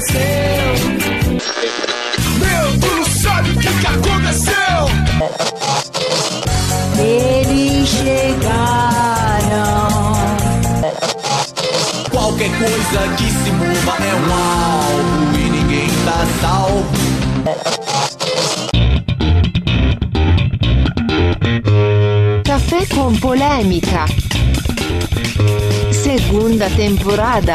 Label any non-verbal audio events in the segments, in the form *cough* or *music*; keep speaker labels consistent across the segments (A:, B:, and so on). A: aconteceu? Meu, tu não sabe o que, que aconteceu?
B: Eles chegaram.
C: Qualquer coisa que se mova é um alvo e ninguém tá salvo.
D: Café com polêmica. Segunda temporada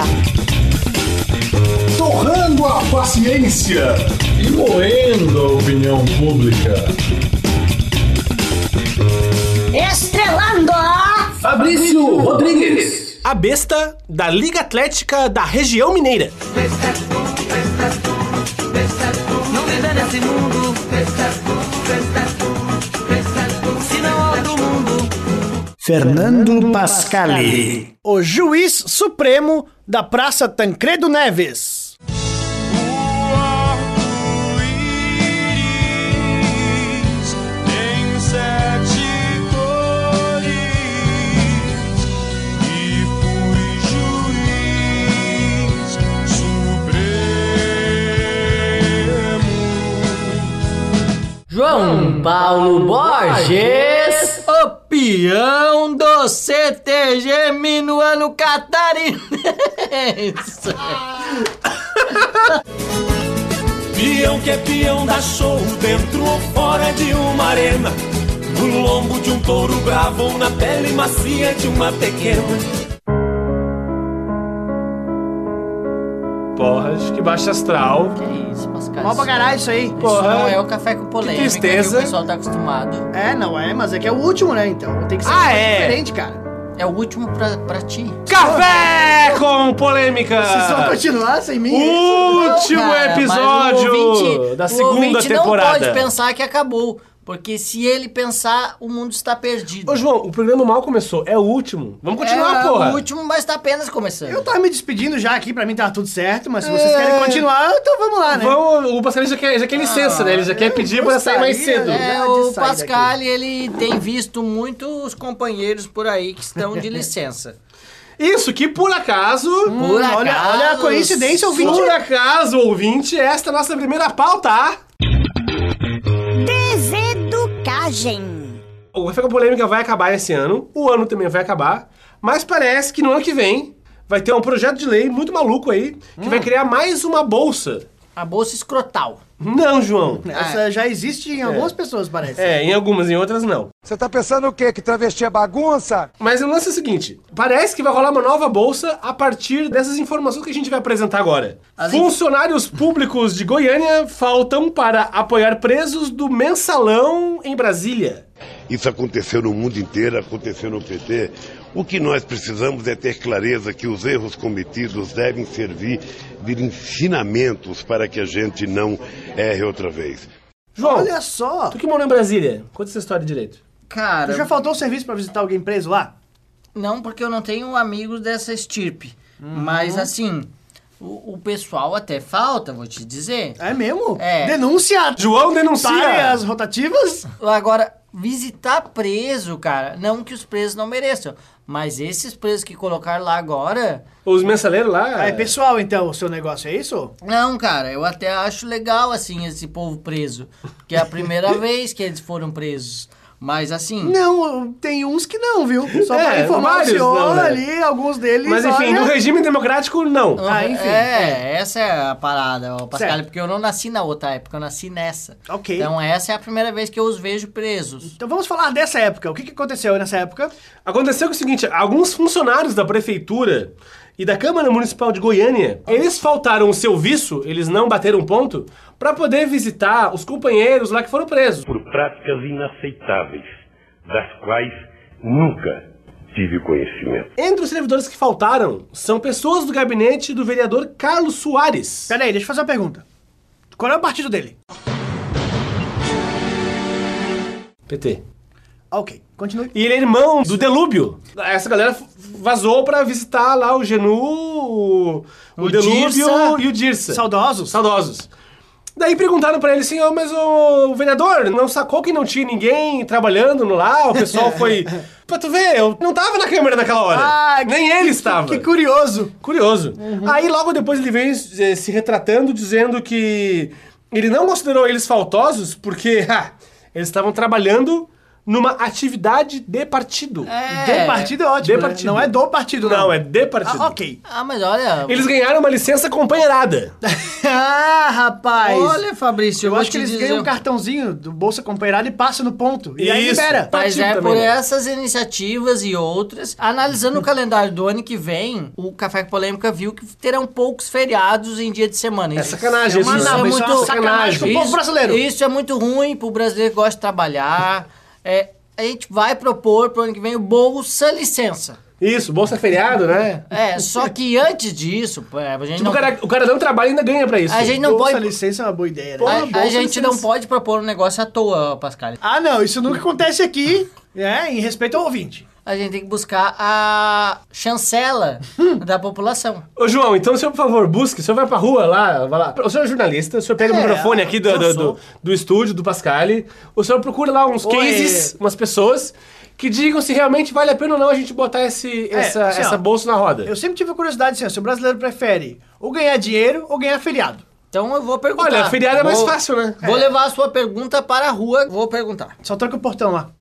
E: torrando a paciência
F: e moendo a opinião pública.
G: Estrelando a
H: Fabrício Rodrigues,
I: a besta da Liga Atlética da região mineira. Besta tu, besta tu, besta tu, não viver nesse mundo. Besta tu, besta tu, besta tu, se não outro mundo.
J: Fernando Pascali,
K: o juiz supremo da Praça Tancredo Neves.
L: João Paulo Borges,
M: o peão do CTG Minuano Catarinense.
N: peão que é peão da show, dentro ou fora de uma arena. No lombo de um touro bravo ou na pele macia de uma pequena.
O: Porras, que baixa astral.
P: Que isso, Pascal.
K: Mó pra caralho isso aí.
P: Porra. Isso não é o café com polêmica.
O: Que
P: Que
O: tristeza.
P: o pessoal tá acostumado.
K: É, não é, mas é que é o último, né? Então tem que ser ah, é. diferente, cara.
P: É o último pra, pra ti.
O: Café Pô. com polêmica!
K: Se só continuar sem mim.
O: Último não, cara, episódio ouvinte, da segunda temporada.
P: Não pode pensar que acabou. Porque se ele pensar, o mundo está perdido.
O: Ô, João, o programa mal começou. É o último. Vamos continuar,
P: é
O: porra.
P: É o último, mas está apenas começando.
K: Eu tava me despedindo já aqui, pra mim tava tudo certo, mas se vocês é... querem continuar, então vamos lá, né?
O: Vamos, o Pascal já quer, já quer licença, ah, né? Ele já quer pedir pra sair mais cedo.
K: né,
P: É, o Pascal, daqui. ele tem visto muitos companheiros por aí que estão
O: *laughs*
P: de licença.
O: Isso, que por acaso.
P: Hum, por acaso.
K: Olha, olha a coincidência, ouvinte.
O: Por acaso, ouvinte, esta é a nossa primeira pauta. tá?
G: Deseducagem.
O: O Café com Polêmica vai acabar esse ano, o ano também vai acabar, mas parece que no ano que vem vai ter um projeto de lei muito maluco aí que hum. vai criar mais uma bolsa.
P: A bolsa escrotal.
O: Não, João.
K: Essa
P: É.
K: ah. já existe em algumas é. pessoas, parece.
O: É, em algumas, em outras não.
Q: Você tá pensando o quê? Que travesti é bagunça?
O: Mas o lance é o seguinte: parece que vai rolar uma nova bolsa a partir dessas informações que a gente vai apresentar agora. As Funcionários in... públicos de Goiânia faltam para apoiar presos do mensalão em Brasília.
R: Isso aconteceu no mundo inteiro, aconteceu no PT. O que nós precisamos é ter clareza que os erros cometidos devem servir de ensinamentos para que a gente não erre outra vez.
O: João, olha só! Tu que mora em Brasília, conta essa história direito.
P: Cara.
K: Tu já faltou o serviço para visitar alguém preso lá?
P: Não, porque eu não tenho amigos dessa estirpe. Uhum. Mas assim. O, o, pessoal até falta, vou te dizer.
K: É mesmo?
P: É.
K: Denúncia!
O: João denuncia!
K: Áreas rotativas?
P: Agora, visitar preso, cara, não que os presos não mereçam, mas esses presos que colocaram lá agora.
O: Os mensaleiros lá.
K: É pessoal, então, o seu negócio é isso?
P: Não, cara, eu até acho legal, assim, esse povo preso. Que é a primeira *laughs* vez que eles foram presos. Mas assim.
K: Não, tem uns que não, viu? Só é, pra informar o senhor não, né? ali, alguns deles.
O: Mas enfim, olha... no regime democrático, não.
P: Ah, enfim. É, essa é a parada, Pascal, certo. porque eu não nasci na outra época, eu nasci nessa.
K: Ok.
P: Então essa é a primeira vez que eu os vejo presos.
K: Então vamos falar dessa época. O que, que aconteceu nessa época?
O: Aconteceu é o seguinte: alguns funcionários da prefeitura e da Câmara Municipal de Goiânia, eles faltaram o serviço, eles não bateram ponto, para poder visitar os companheiros lá que foram presos.
S: Por práticas inaceitáveis, das quais nunca tive conhecimento.
O: Entre os servidores que faltaram, são pessoas do gabinete do vereador Carlos Soares.
K: Peraí, deixa eu fazer uma pergunta. Qual é o partido dele?
O: PT.
K: Ah, Ok, continue.
O: E ele é irmão do Delúbio. Essa galera vazou pra visitar lá o Genu, o, o, o Delúbio Dirsa. e o Dirce.
K: Saudosos?
O: Saudosos. Daí perguntaram pra ele assim, oh, mas o vereador não sacou que não tinha ninguém trabalhando lá? O pessoal *laughs* foi... Pra tu ver, eu não tava na câmera naquela hora. Ah, Nem que, ele estava.
K: Que, que curioso.
O: Curioso. Uhum. Aí logo depois ele vem eh, se retratando, dizendo que ele não considerou eles faltosos porque *laughs* ha, eles estavam trabalhando numa atividade de partido.
P: Então,
K: É. De partido é ótimo.
O: De partido.
K: Né? Não é do partido, não.
O: Não, é de partido.
K: Ah, ok.
P: Ah, mas olha.
O: Eles ganharam uma licença companheirada.
K: ah, rapaz.
P: Olha, Fabrício, eu,
K: eu acho que eles dizer... ganham um cartãozinho do Bolsa Companheirada e passa no ponto. E Isso. aí libera.
P: Mas é também. por essas iniciativas e outras. Analisando o calendário do ano que vem, o Café com Polêmica viu que terão poucos feriados em dia de semana.
O: Isso é sacanagem, isso.
K: Não, é muito... isso é uma sacanagem pro povo brasileiro.
P: Isso é muito ruim pro brasileiro que gosta de trabalhar. É, a gente vai propor para o ano que vem o Bolsa Licença.
O: Isso, bolsa feriado, né?
P: É, só que antes disso, é, a gente
O: tipo, não... o, cara, o cara não trabalha e ainda ganha pra isso.
P: A gente não
K: bolsa
P: pode...
K: licença é uma boa ideia, né?
P: A, a, a gente licença. não pode propor um negócio à toa, Pascal.
K: Ah, não, isso nunca acontece aqui, né? Em respeito ao ouvinte
P: a gente tem que buscar a chancela da população.
O: Ô, João, então o senhor, por favor, busque. O senhor vai pra rua lá, vai lá. O senhor é jornalista, o senhor pega é, o microfone aqui do, do, do, do, estúdio, do Pascal. O senhor procura lá uns Oi. cases, umas pessoas. Que digam se realmente vale a pena ou não a gente botar esse, é, essa, senhor, essa bolsa na roda.
K: Eu sempre tive a curiosidade, senhor, se o brasileiro prefere ou ganhar dinheiro ou ganhar feriado.
P: Então eu vou perguntar.
O: Olha, feriado é mais vou, fácil, né?
P: Vou é. levar a sua pergunta para a rua, vou perguntar.
K: Só troca o portão lá.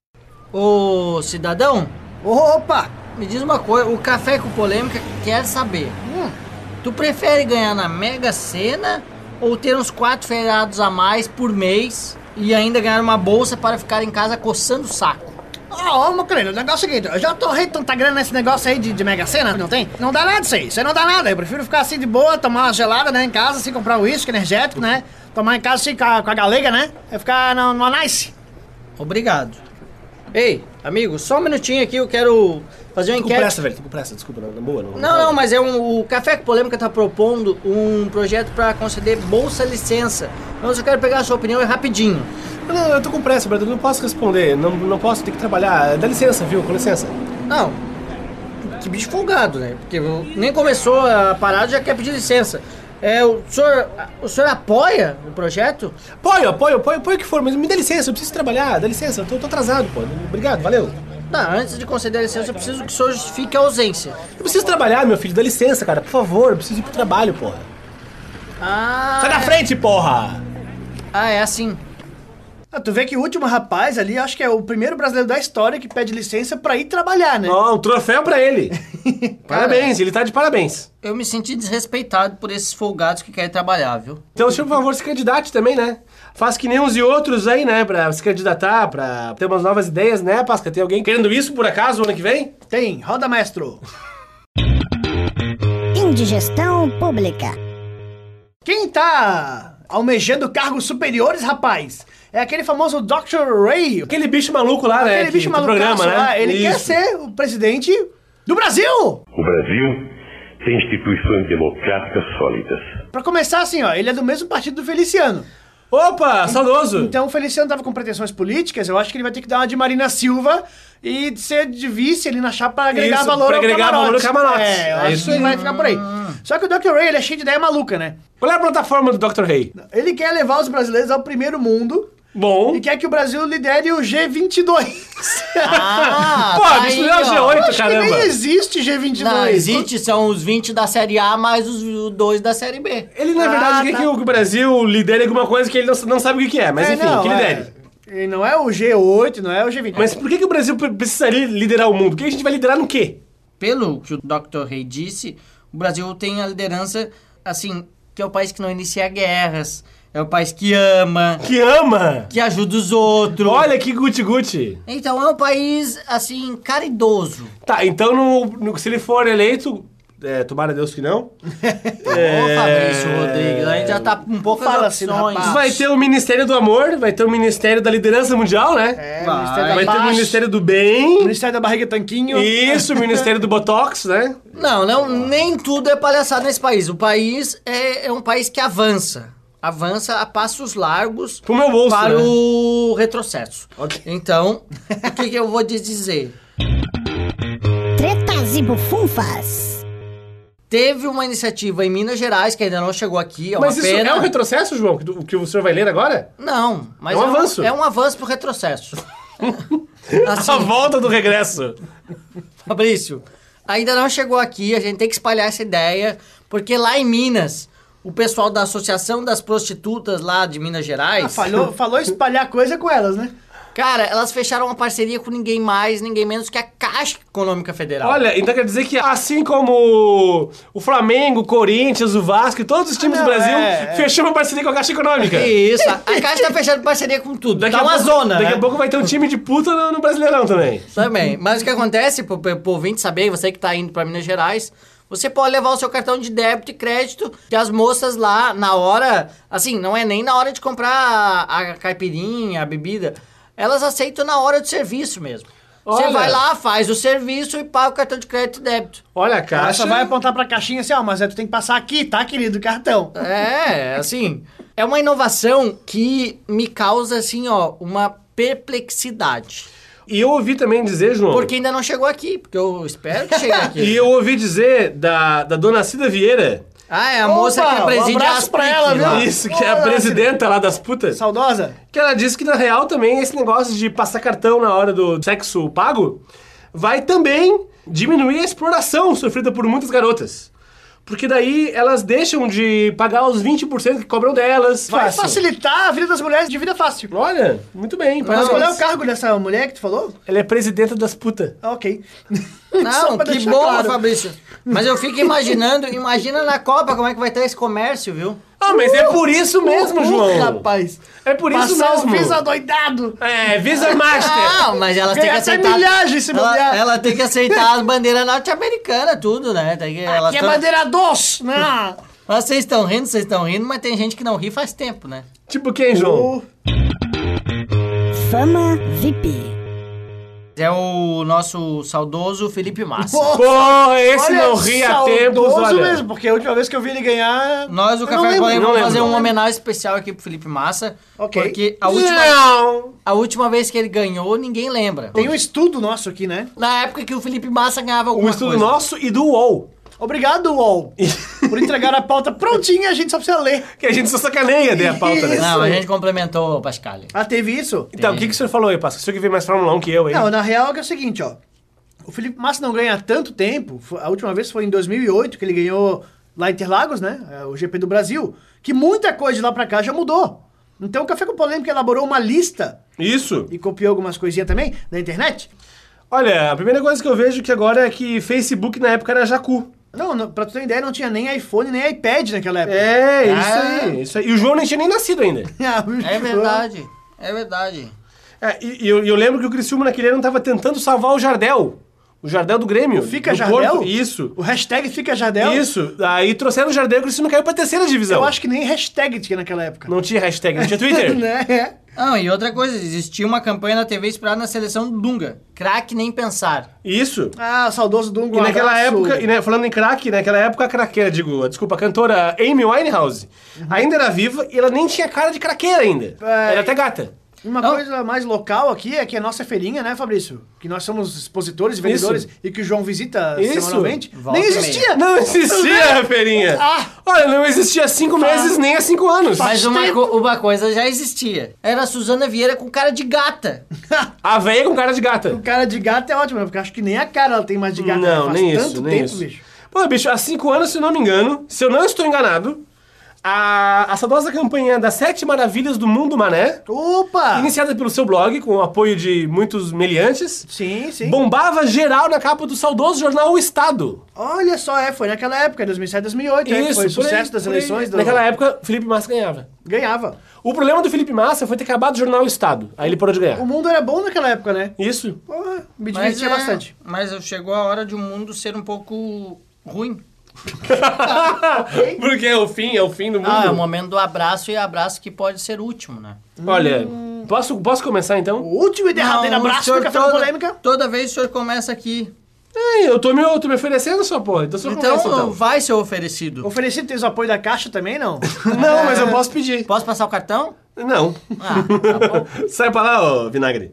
P: Ô, cidadão,
K: Opa!
P: Me diz uma coisa, o Café com Polêmica quer saber. Hum. Tu prefere ganhar na Mega Sena ou ter uns quatro feriados a mais por mês e ainda ganhar uma bolsa para ficar em casa coçando o saco?
K: Ó, oh, meu querido, o negócio é o seguinte, eu já torrei tanta grana nesse negócio aí de, de Mega Sena, não tem? Não dá nada isso aí, isso aí não dá nada. Eu prefiro ficar assim de boa, tomar uma gelada, né, em casa, assim, comprar uísque energético, né? Tomar em casa assim com a, com a galega, né? É ficar no, no nice.
P: Obrigado. Ei, amigo, só um minutinho aqui, eu quero fazer uma
O: tô
K: é
P: enquete.
O: Com pressa, velho, tô com pressa, desculpa, não, boa, não.
P: Não, não, não mas é um, o Café com Polêmica tá propondo um projeto para conceder bolsa licença. Então eu só quero pegar a sua opinião é rapidinho.
O: Não, eu tô com pressa, Brad, não posso responder, não, não posso, ter que trabalhar. Dá licença, viu, com licença.
P: Não, que bicho folgado, né? Porque nem começou a parada já quer pedir licença. É, o senhor, o senhor apoia o projeto?
O: Apoio, apoio, apoio, apoio o que for, mas me dá licença, eu preciso trabalhar, dá licença, eu tô, tô atrasado, pô. Obrigado, valeu.
P: Não, Tá, antes de conceder a licença, eu preciso que o senhor justifique a ausência.
O: Eu preciso trabalhar, meu filho, dá licença, cara, por favor, eu preciso ir pro trabalho, porra.
P: Ah.
O: Sai da frente, porra!
P: Ah, é assim.
K: Ah, tu vê que o último rapaz ali, acho que é o primeiro brasileiro da história que pede licença para ir trabalhar, né?
O: Ó, oh, um troféu para *laughs* ele. parabéns, ele tá de parabéns.
P: Eu me senti desrespeitado por esses folgados que querem trabalhar, viu?
O: Então, senhor, por favor, se candidate também, né? Faz que nem uns e outros aí, né? Pra se candidatar, pra ter umas novas ideias, né, Pasca? Tem alguém querendo isso, por acaso, ano que vem?
K: Tem, roda, maestro.
G: Indigestão pública.
K: Quem tá almejando cargos superiores, rapaz? É aquele famoso Dr. Ray.
O: Aquele bicho maluco lá, né?
K: Aquele bicho maluco
O: programa, né?
K: Lá, ele Isso. quer ser o presidente do Brasil.
S: O Brasil tem instituições democráticas sólidas.
K: Para começar assim, ó, ele é do mesmo partido do Feliciano.
O: Opa, saudoso!
K: Então o Feliciano tava com pretensões políticas, eu acho que ele vai ter que dar uma de Marina Silva e ser de vice ali na chapa pra agregar
O: Isso,
K: valor
O: pra agregar
K: ao
O: valor ao camarote.
K: É, eu acho que vai ficar por aí. Só que o Dr. Ray, ele é cheio de ideia maluca, né?
O: Qual é a plataforma do Dr. Ray?
K: Ele quer levar os brasileiros ao primeiro mundo
O: Bom.
K: E quer que o Brasil lidere o G22.
P: Ah,
K: *laughs*
O: Pô, tá isso não é o G8,
K: acho
O: caramba.
K: Que nem existe G22.
P: Não, existe, são os 20 da Série A mais os 2 da Série B.
O: Ele, na ah, verdade, tá. quer que o Brasil lidere alguma coisa que ele não, não sabe o que é, mas
K: é,
O: enfim, não, que lidere.
K: É. E não é o G8, não é o G20.
O: Mas por que, que o Brasil precisaria liderar o mundo? Porque a gente vai liderar no quê?
P: Pelo que o Dr. Rei disse, o Brasil tem a liderança, assim, que é o país que não inicia guerras, é o país que ama.
O: Que ama?
P: Que ajuda os outros.
O: Olha que guti-guti.
P: Então é um país, assim, caridoso.
O: Tá, então no, no se ele for eleito. É, tomara Deus que não.
P: é... Ô, Fabrício Rodrigues, a gente já tá um pouco
K: Fala assim, rapaz.
O: Vai ter o Ministério do Amor, vai ter o Ministério da Liderança Mundial, né?
K: É,
O: vai.
K: Ministério da
O: vai ter o Ministério do Bem.
K: Ministério da Barriga Tanquinho.
O: Isso, o Ministério do Botox, né?
P: Não, não, nem tudo é palhaçada nesse país. O país é, é um país que avança avança a passos largos
O: bolso,
P: para
O: né?
P: o retrocesso. Okay. Então, *laughs* o que, que, eu vou te dizer?
G: Tretas e bufunfas.
P: Teve uma iniciativa em Minas Gerais que ainda não chegou aqui. É
O: mas
P: uma
O: isso
P: pena.
O: é um retrocesso, João, que, o que o senhor vai ler agora?
P: Não, mas
O: É um avanço.
P: É um avanço pro
O: *laughs*
P: retrocesso. Assim,
O: A volta do regresso.
P: Fabrício, ainda não chegou aqui, a gente tem que espalhar essa ideia, porque lá em Minas, o pessoal da Associação das Prostitutas lá de Minas Gerais.
K: Ah, falou, falou espalhar coisa com elas, né?
P: Cara, elas fecharam uma parceria com ninguém mais, ninguém menos que a Caixa Econômica Federal.
O: Olha, então quer dizer que assim como o Flamengo, o Corinthians, o Vasco e todos os times
P: Ah,
O: do
P: não,
O: Brasil,
P: é, é.
O: fechou uma parceria com a Caixa Econômica.
P: Isso, a a Caixa tá fechando parceria com tudo.
O: Daqui
P: tá
O: a
P: uma
O: pouco-
P: zona.
O: Daqui
P: né?
O: a pouco vai ter um time de puta no, no Brasileirão também.
P: Também. Mas o que acontece, pro, pro pro ouvinte saber, você que tá indo pra Minas Gerais, você pode levar o seu cartão de débito e crédito, que as moças lá, na hora, assim, não é nem na hora de comprar a, a caipirinha, a bebida, elas aceitam na hora do serviço mesmo. Você
K: Olha.
P: vai lá, faz o serviço e paga o cartão de crédito e débito.
O: Olha, a
K: Ela
O: Caixa...
K: só vai apontar pra caixinha assim, ó, mas é, tu tem que passar aqui, tá, querido, o cartão.
P: É, assim, é uma inovação que me causa, assim, ó, uma perplexidade.
O: E eu ouvi também dizer, João...
P: Porque ainda não chegou aqui, porque eu espero que chegue aqui.
O: *laughs* E eu ouvi dizer da, da dona Cida Vieira...
P: Ah, é a
K: Opa,
P: moça que
K: um
P: preside
K: abraço
P: as né?
K: pra
P: PIC
K: ela,
P: Tá lá.
K: viu?
O: Isso, que é a presidenta lá das putas.
K: Saudosa?
O: Que ela disse que na real também esse negócio de passar cartão na hora do sexo pago vai também diminuir a exploração sofrida por muitas garotas. Porque daí elas deixam de pagar os 20% que cobram delas.
K: Vai
O: Fácil.
K: facilitar a vida das mulheres de vida fácil.
O: Olha, muito bem.
K: Mas
O: parabéns.
K: qual é o cargo dessa mulher que tu falou?
O: Ela é presidenta das putas.
K: Ah, ok. *laughs* Só
P: Não,
K: pra
P: que
K: deixar
P: bom,
K: claro.
P: Fabrício. Mas eu fico imaginando, imagina na Copa como é que vai estar esse comércio, viu?
O: Ah, mas é por isso mesmo,
K: uh,
O: João.
K: rapaz.
O: É por isso
K: Passar
O: mesmo.
K: o Visa doidado.
O: É, Visa Master.
P: Não, mas elas têm que
K: Ganhar até
P: aceitar.
K: é milhagem se bobear.
P: ela, ela tem que aceitar as bandeiras norte-americanas, tudo, né? Tem que, elas
K: Que é
O: tá-
P: tão-
K: bandeira doce, né?
P: Mas Vocês estão rindo, vocês estão rindo, mas tem gente que não ri faz tempo, né?
O: Tipo quem, João?
G: Fama VIP.
P: É o nosso saudoso Felipe Massa.
O: Porra, esse
K: Olha,
O: não ri há
K: saudoso
O: tempos, olha.
K: mesmo, porque a última vez que eu vi ele ganhar...
P: Nós, o
K: Eu
P: Café
K: não
P: Colém,
K: lembro,
P: vamos
O: não
P: fazer
K: lembro.
P: uma homenagem especial aqui pro Felipe Massa.
K: Ok.
P: Porque a última,
O: Não.
P: a última vez que ele ganhou, ninguém lembra.
K: Tem um estudo nosso aqui, né?
P: Na época que o Felipe Massa ganhava
O: Um
P: alguma
O: estudo
P: coisa.
O: nosso e do UOL. *laughs*
K: Obrigado, UOL, por entregar a pauta prontinha, a gente só precisa ler.
O: Que a gente só sacaneia de a pauta,
K: *laughs*
O: né?
K: é Isso.
P: Não, a gente complementou o Pascal.
K: Ah, teve isso?
O: Então, o que, que o senhor falou aí, Pasco? O senhor que vê mais Fórmula 1 que eu, hein?
K: Não, na real que é o seguinte, ó. O Felipe Massa não ganha há tanto tempo. Fo- A última vez foi em 2008 que ele ganhou lá em Interlagos, né? É, O GP do Brasil. Que muita coisa de lá pra cá já mudou. Então o Café com Polêmica elaborou uma lista
O: Isso.
K: e copiou algumas coisinhas também na internet.
O: Olha, a primeira coisa que eu vejo que agora é que Facebook na época era Jacu.
K: Não, não, pra tu ter ideia, não tinha nem iPhone, nem iPad naquela época.
O: É, isso
K: *laughs*
P: Ah.
O: aí, isso aí. E o João nem tinha nem nascido ainda.
K: Ah,
P: É verdade, é verdade.
O: É, e e eu, e eu lembro que o Criciúma naquele ano tava tentando salvar o Jardel. O Jardel do Grêmio.
K: Fica
O: do
K: Jardel?
O: Porto. Isso.
K: O hashtag Fica Jardel?
O: Isso. Aí trouxeram o Jardel e o Criciúma caiu pra terceira divisão.
K: Eu acho que nem hashtag tinha naquela época.
O: Não tinha hashtag, não tinha Twitter.
K: *laughs* né?
P: Não, e outra coisa, existia uma campanha na TV inspirada na seleção do Dunga. Craque nem pensar.
O: Isso.
K: Ah, saudoso Dungo.
O: E naquela
K: abraço.
O: época, e, né, falando em craque, naquela época a craqueira, digo, desculpa, a cantora Amy Winehouse
K: Uhum.
O: ainda era viva e ela nem tinha cara de craqueira ainda.
K: Vai.
O: Era até gata.
K: Uma
P: Não.
K: coisa mais local aqui é que a nossa feirinha, né, Fabrício? Que nós somos expositores, vendedores
O: Isso.
K: e que o João visita
O: Isso.
K: semanalmente.
P: Volta
K: Nem
P: e meia.
K: existia!
O: Não
K: *laughs*
O: existia, feirinha.
K: Ah.
O: Olha, não existia há cinco meses nem há cinco anos.
P: Mas uma, co- uma coisa já existia. Era a Suzana Vieira com cara de
K: *laughs*
P: gata.
O: A véia com cara de gata.
K: O cara de gato é ótimo, né? Porque eu acho que nem a cara ela tem mais de gato.
O: Não,
K: né?
O: nem
K: tanto
O: isso, nem
K: tempo,
O: isso.
K: bicho.
O: Pô, bicho, há cinco anos, se eu não me engano, se eu não estou enganado, a, a saudosa campanha das Sete Maravilhas do Mundo Mané,
K: Opa!
O: iniciada pelo seu blog, com o apoio de muitos meliantes,
K: Sim, sim.
O: bombava geral na capa do saudoso jornal O Estado.
K: Olha só, é, foi naquela época, 2007, 2008, né? foi
O: Isso,
K: o
O: por aí,
K: sucesso das
O: por aí.
K: eleições. do-
O: Naquela época, Felipe Massa ganhava.
K: Ganhava.
O: O problema do Felipe Massa foi ter acabado o jornal O Estado. Aí ele parou de
K: O
O: ganhar.
K: mundo era bom naquela época, né? *laughs*
O: Isso.
K: Porra, me
P: Mas
K: divertia
P: é-
K: bastante.
P: Mas chegou a hora de o mundo ser um pouco ruim.
O: Porque é o fim, é o fim do
K: Uhum.
O: mundo.
P: Ah, é o momento do abraço e abraço que pode ser último, né?
O: Olha,
K: Hum.
O: posso, posso começar então?
K: O último e derradeiro
P: Não, o
K: abraço
P: senhor
K: do Café com
P: toda-
K: Polêmica.
P: Toda vez o senhor começa aqui.
O: É, eu tô me, eu tô me oferecendo, sua porra. Então, só
P: Então,
O: começa, então.
P: vai ser oferecido.
K: Oferecido, tens o apoio da Caixa também,
O: *laughs*
K: não?
O: Não, mas eu posso pedir.
P: Posso passar o cartão?
O: Não.
P: Ah, tá bom.
O: *laughs* Sai pra lá, ô vinagre.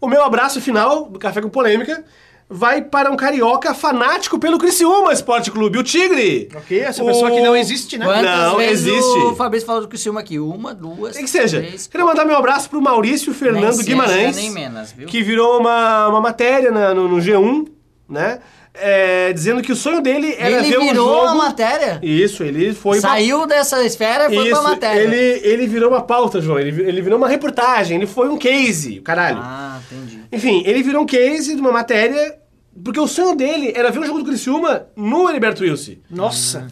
O: O meu abraço final do Café com Polêmica vai para um carioca fanático pelo Criciúma Esporte Clube, o Tigre.
K: Ok, essa o... pessoa que não existe, né?
O: Quantas não existe.
P: O Fabrício falou do Criciúma aqui, uma, duas,
O: Tem que seja.
P: Três,
O: Queria mandar meu abraço pro Maurício Fernando Guimarães,
P: nem menos, viu?
O: que virou uma, uma matéria na- no, no G1, né? É, dizendo que o sonho dele era
P: Ele
O: ver um
P: virou
O: jogo...
P: a matéria?
O: Isso, ele foi... pra-
P: Saiu dessa esfera e foi pra
O: Isso,
P: matéria.
O: Ele, ele virou uma pauta, João. Ele, vi- ele virou uma reportagem, ele foi um case, caralho.
P: Ah, entendi.
O: Enfim, ele virou um case de uma matéria, porque o sonho dele era ver o jogo do Criciúma no Heriberto Wilson.
K: Nossa.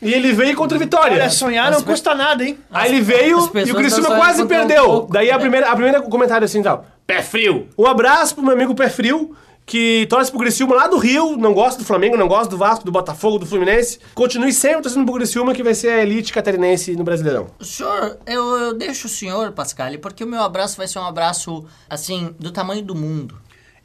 O: E ele veio contra o Vitória.
K: Olha, sonhar não custa nada, hein?
O: Aí ele veio
K: As
O: e o
K: pessoas
O: Criciúma
K: estão
O: quase
K: sonhando
O: perdeu.
K: um pouco.
O: Daí a primeira, a primeira comentário assim, tal. Pé frio. Um abraço pro meu amigo Pé Frio, que torce pro Criciúma lá do Rio, não gosta do Flamengo, não gosta do Vasco, do Botafogo, do Fluminense. Continue sempre torcendo pro Criciúma, que vai ser a elite catarinense no Brasileirão.
P: O senhor, eu, eu deixo o senhor, Pascal, porque o meu abraço vai ser um abraço, assim, do tamanho do mundo.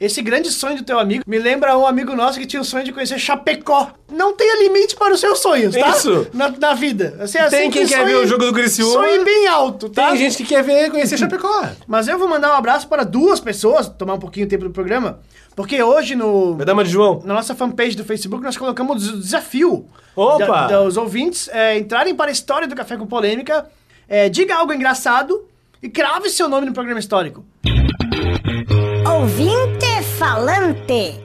K: Esse grande sonho do teu amigo me lembra um amigo nosso que tinha o sonho de conhecer Chapecó. Não tenha limite para os seus sonhos, tá?
O: Isso.
K: Na, na vida. Assim, é
O: Tem
K: assim
O: quem
K: que
O: quer
K: sonhe-
O: ver o jogo do Criciúma.
K: Sonhe bem alto, tá?
O: Tem gente que quer ver conhecer Chapecó.
K: Mas eu vou mandar um abraço para duas pessoas, tomar um pouquinho de tempo do programa, porque hoje no.
O: Medama de João.
K: Na nossa fanpage do Facebook nós colocamos o desafio.
O: Opa!
K: da- dos ouvintes é, entrarem para a história do Café com Polêmica, é, diga algo engraçado e crave seu nome no programa histórico.
G: Ouvinte falante.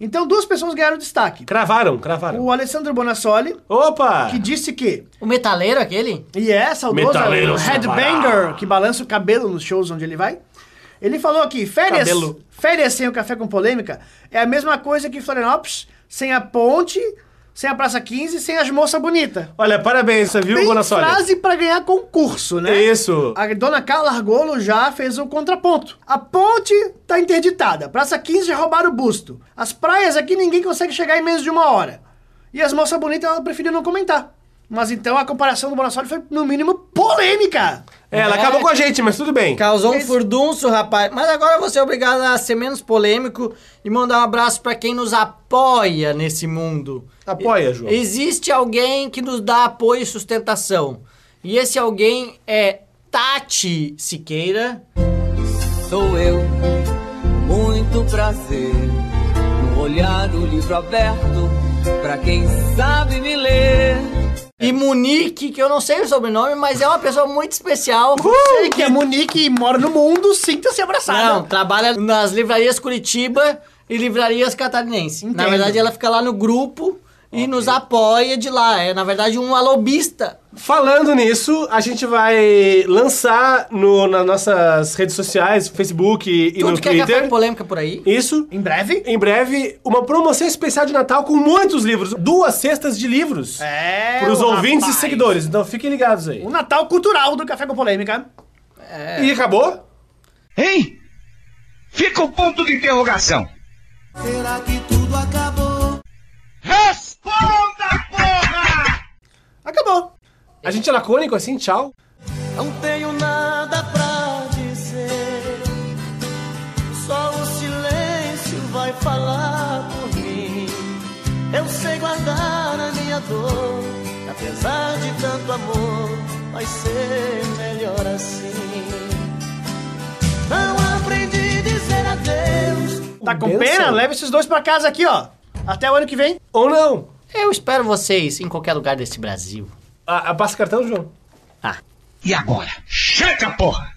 K: Então duas pessoas ganharam destaque.
O: Cravaram, cravaram.
K: O Alessandro Bonassoli,
O: Opa!
K: que disse que.
P: O metaleiro aquele?
K: E é, saudoso,
O: Metaleiro
K: o headbanger,
O: Sabará.
K: que balança o cabelo nos shows onde ele vai. Ele falou aqui, férias,
O: Cabelo.
K: férias sem o café com polêmica é a mesma coisa que Florianópolis sem a ponte, sem a Praça 15, sem as moças bonitas.
O: Olha, parabéns, você viu,
K: Tem
O: Bonassoli?
K: frase pra ganhar concurso, né?
O: Isso.
K: A dona Carla Argolo já fez um contraponto. A ponte tá interditada. Praça 15 já roubaram o busto. As praias aqui ninguém consegue chegar em menos de uma hora. E as moças bonitas ela preferiu não comentar. Mas então a comparação do Bonassoli foi, no mínimo, polêmica.
O: É, ela acabou com a gente, mas tudo bem.
P: Causou um furdunço, rapaz. Mas agora você é obrigado a ser menos polêmico e mandar um abraço pra quem nos apoia nesse mundo.
O: Apoia, João.
P: Existe alguém que nos dá apoio e sustentação. E esse alguém é Tati Siqueira.
C: Sou eu, muito prazer. No olhar o livro aberto, pra quem sabe me ler.
P: E Monique, que eu não sei o sobrenome, mas é uma pessoa muito especial.
K: Sei que é Monique e mora no mundo, sinta-se abraçada.
P: Não, trabalha nas livrarias Curitiba e livrarias catarinense. Na
K: Entendo.
P: verdade, ela fica lá no grupo e nos apoia de lá. É, na verdade, uma lobista.
O: Falando nisso, a gente vai lançar no, nas nossas redes sociais, Facebook e e
P: Tudo
O: no
P: que é
O: Twitter.
P: café com polêmica por aí.
O: Isso.
K: Em breve?
O: Em breve, uma promoção especial de Natal com muitos livros. Duas cestas de livros.
K: É,
O: Para os
K: rapaz.
O: ouvintes e seguidores. Então fiquem ligados aí.
K: O Natal cultural do Café com Polêmica.
O: E acabou?
B: Hein? Fica o ponto de interrogação.
C: Será que tudo acabou?
B: Responda, porra!
K: Acabou.
O: A gente é lacônico assim, tchau.
C: Não tenho nada pra dizer. Só o silêncio vai falar por mim. Eu sei guardar a minha dor. Apesar de tanto amor, vai ser melhor assim. Não aprendi a dizer adeus.
K: Tá com pena? Leva esses dois pra casa aqui, ó. Até o ano que vem.
O: Ou não?
P: Eu espero vocês em qualquer lugar desse Brasil.
O: Ah, ah, passa o cartão, João.
P: Ah.
B: E agora? Chega, porra!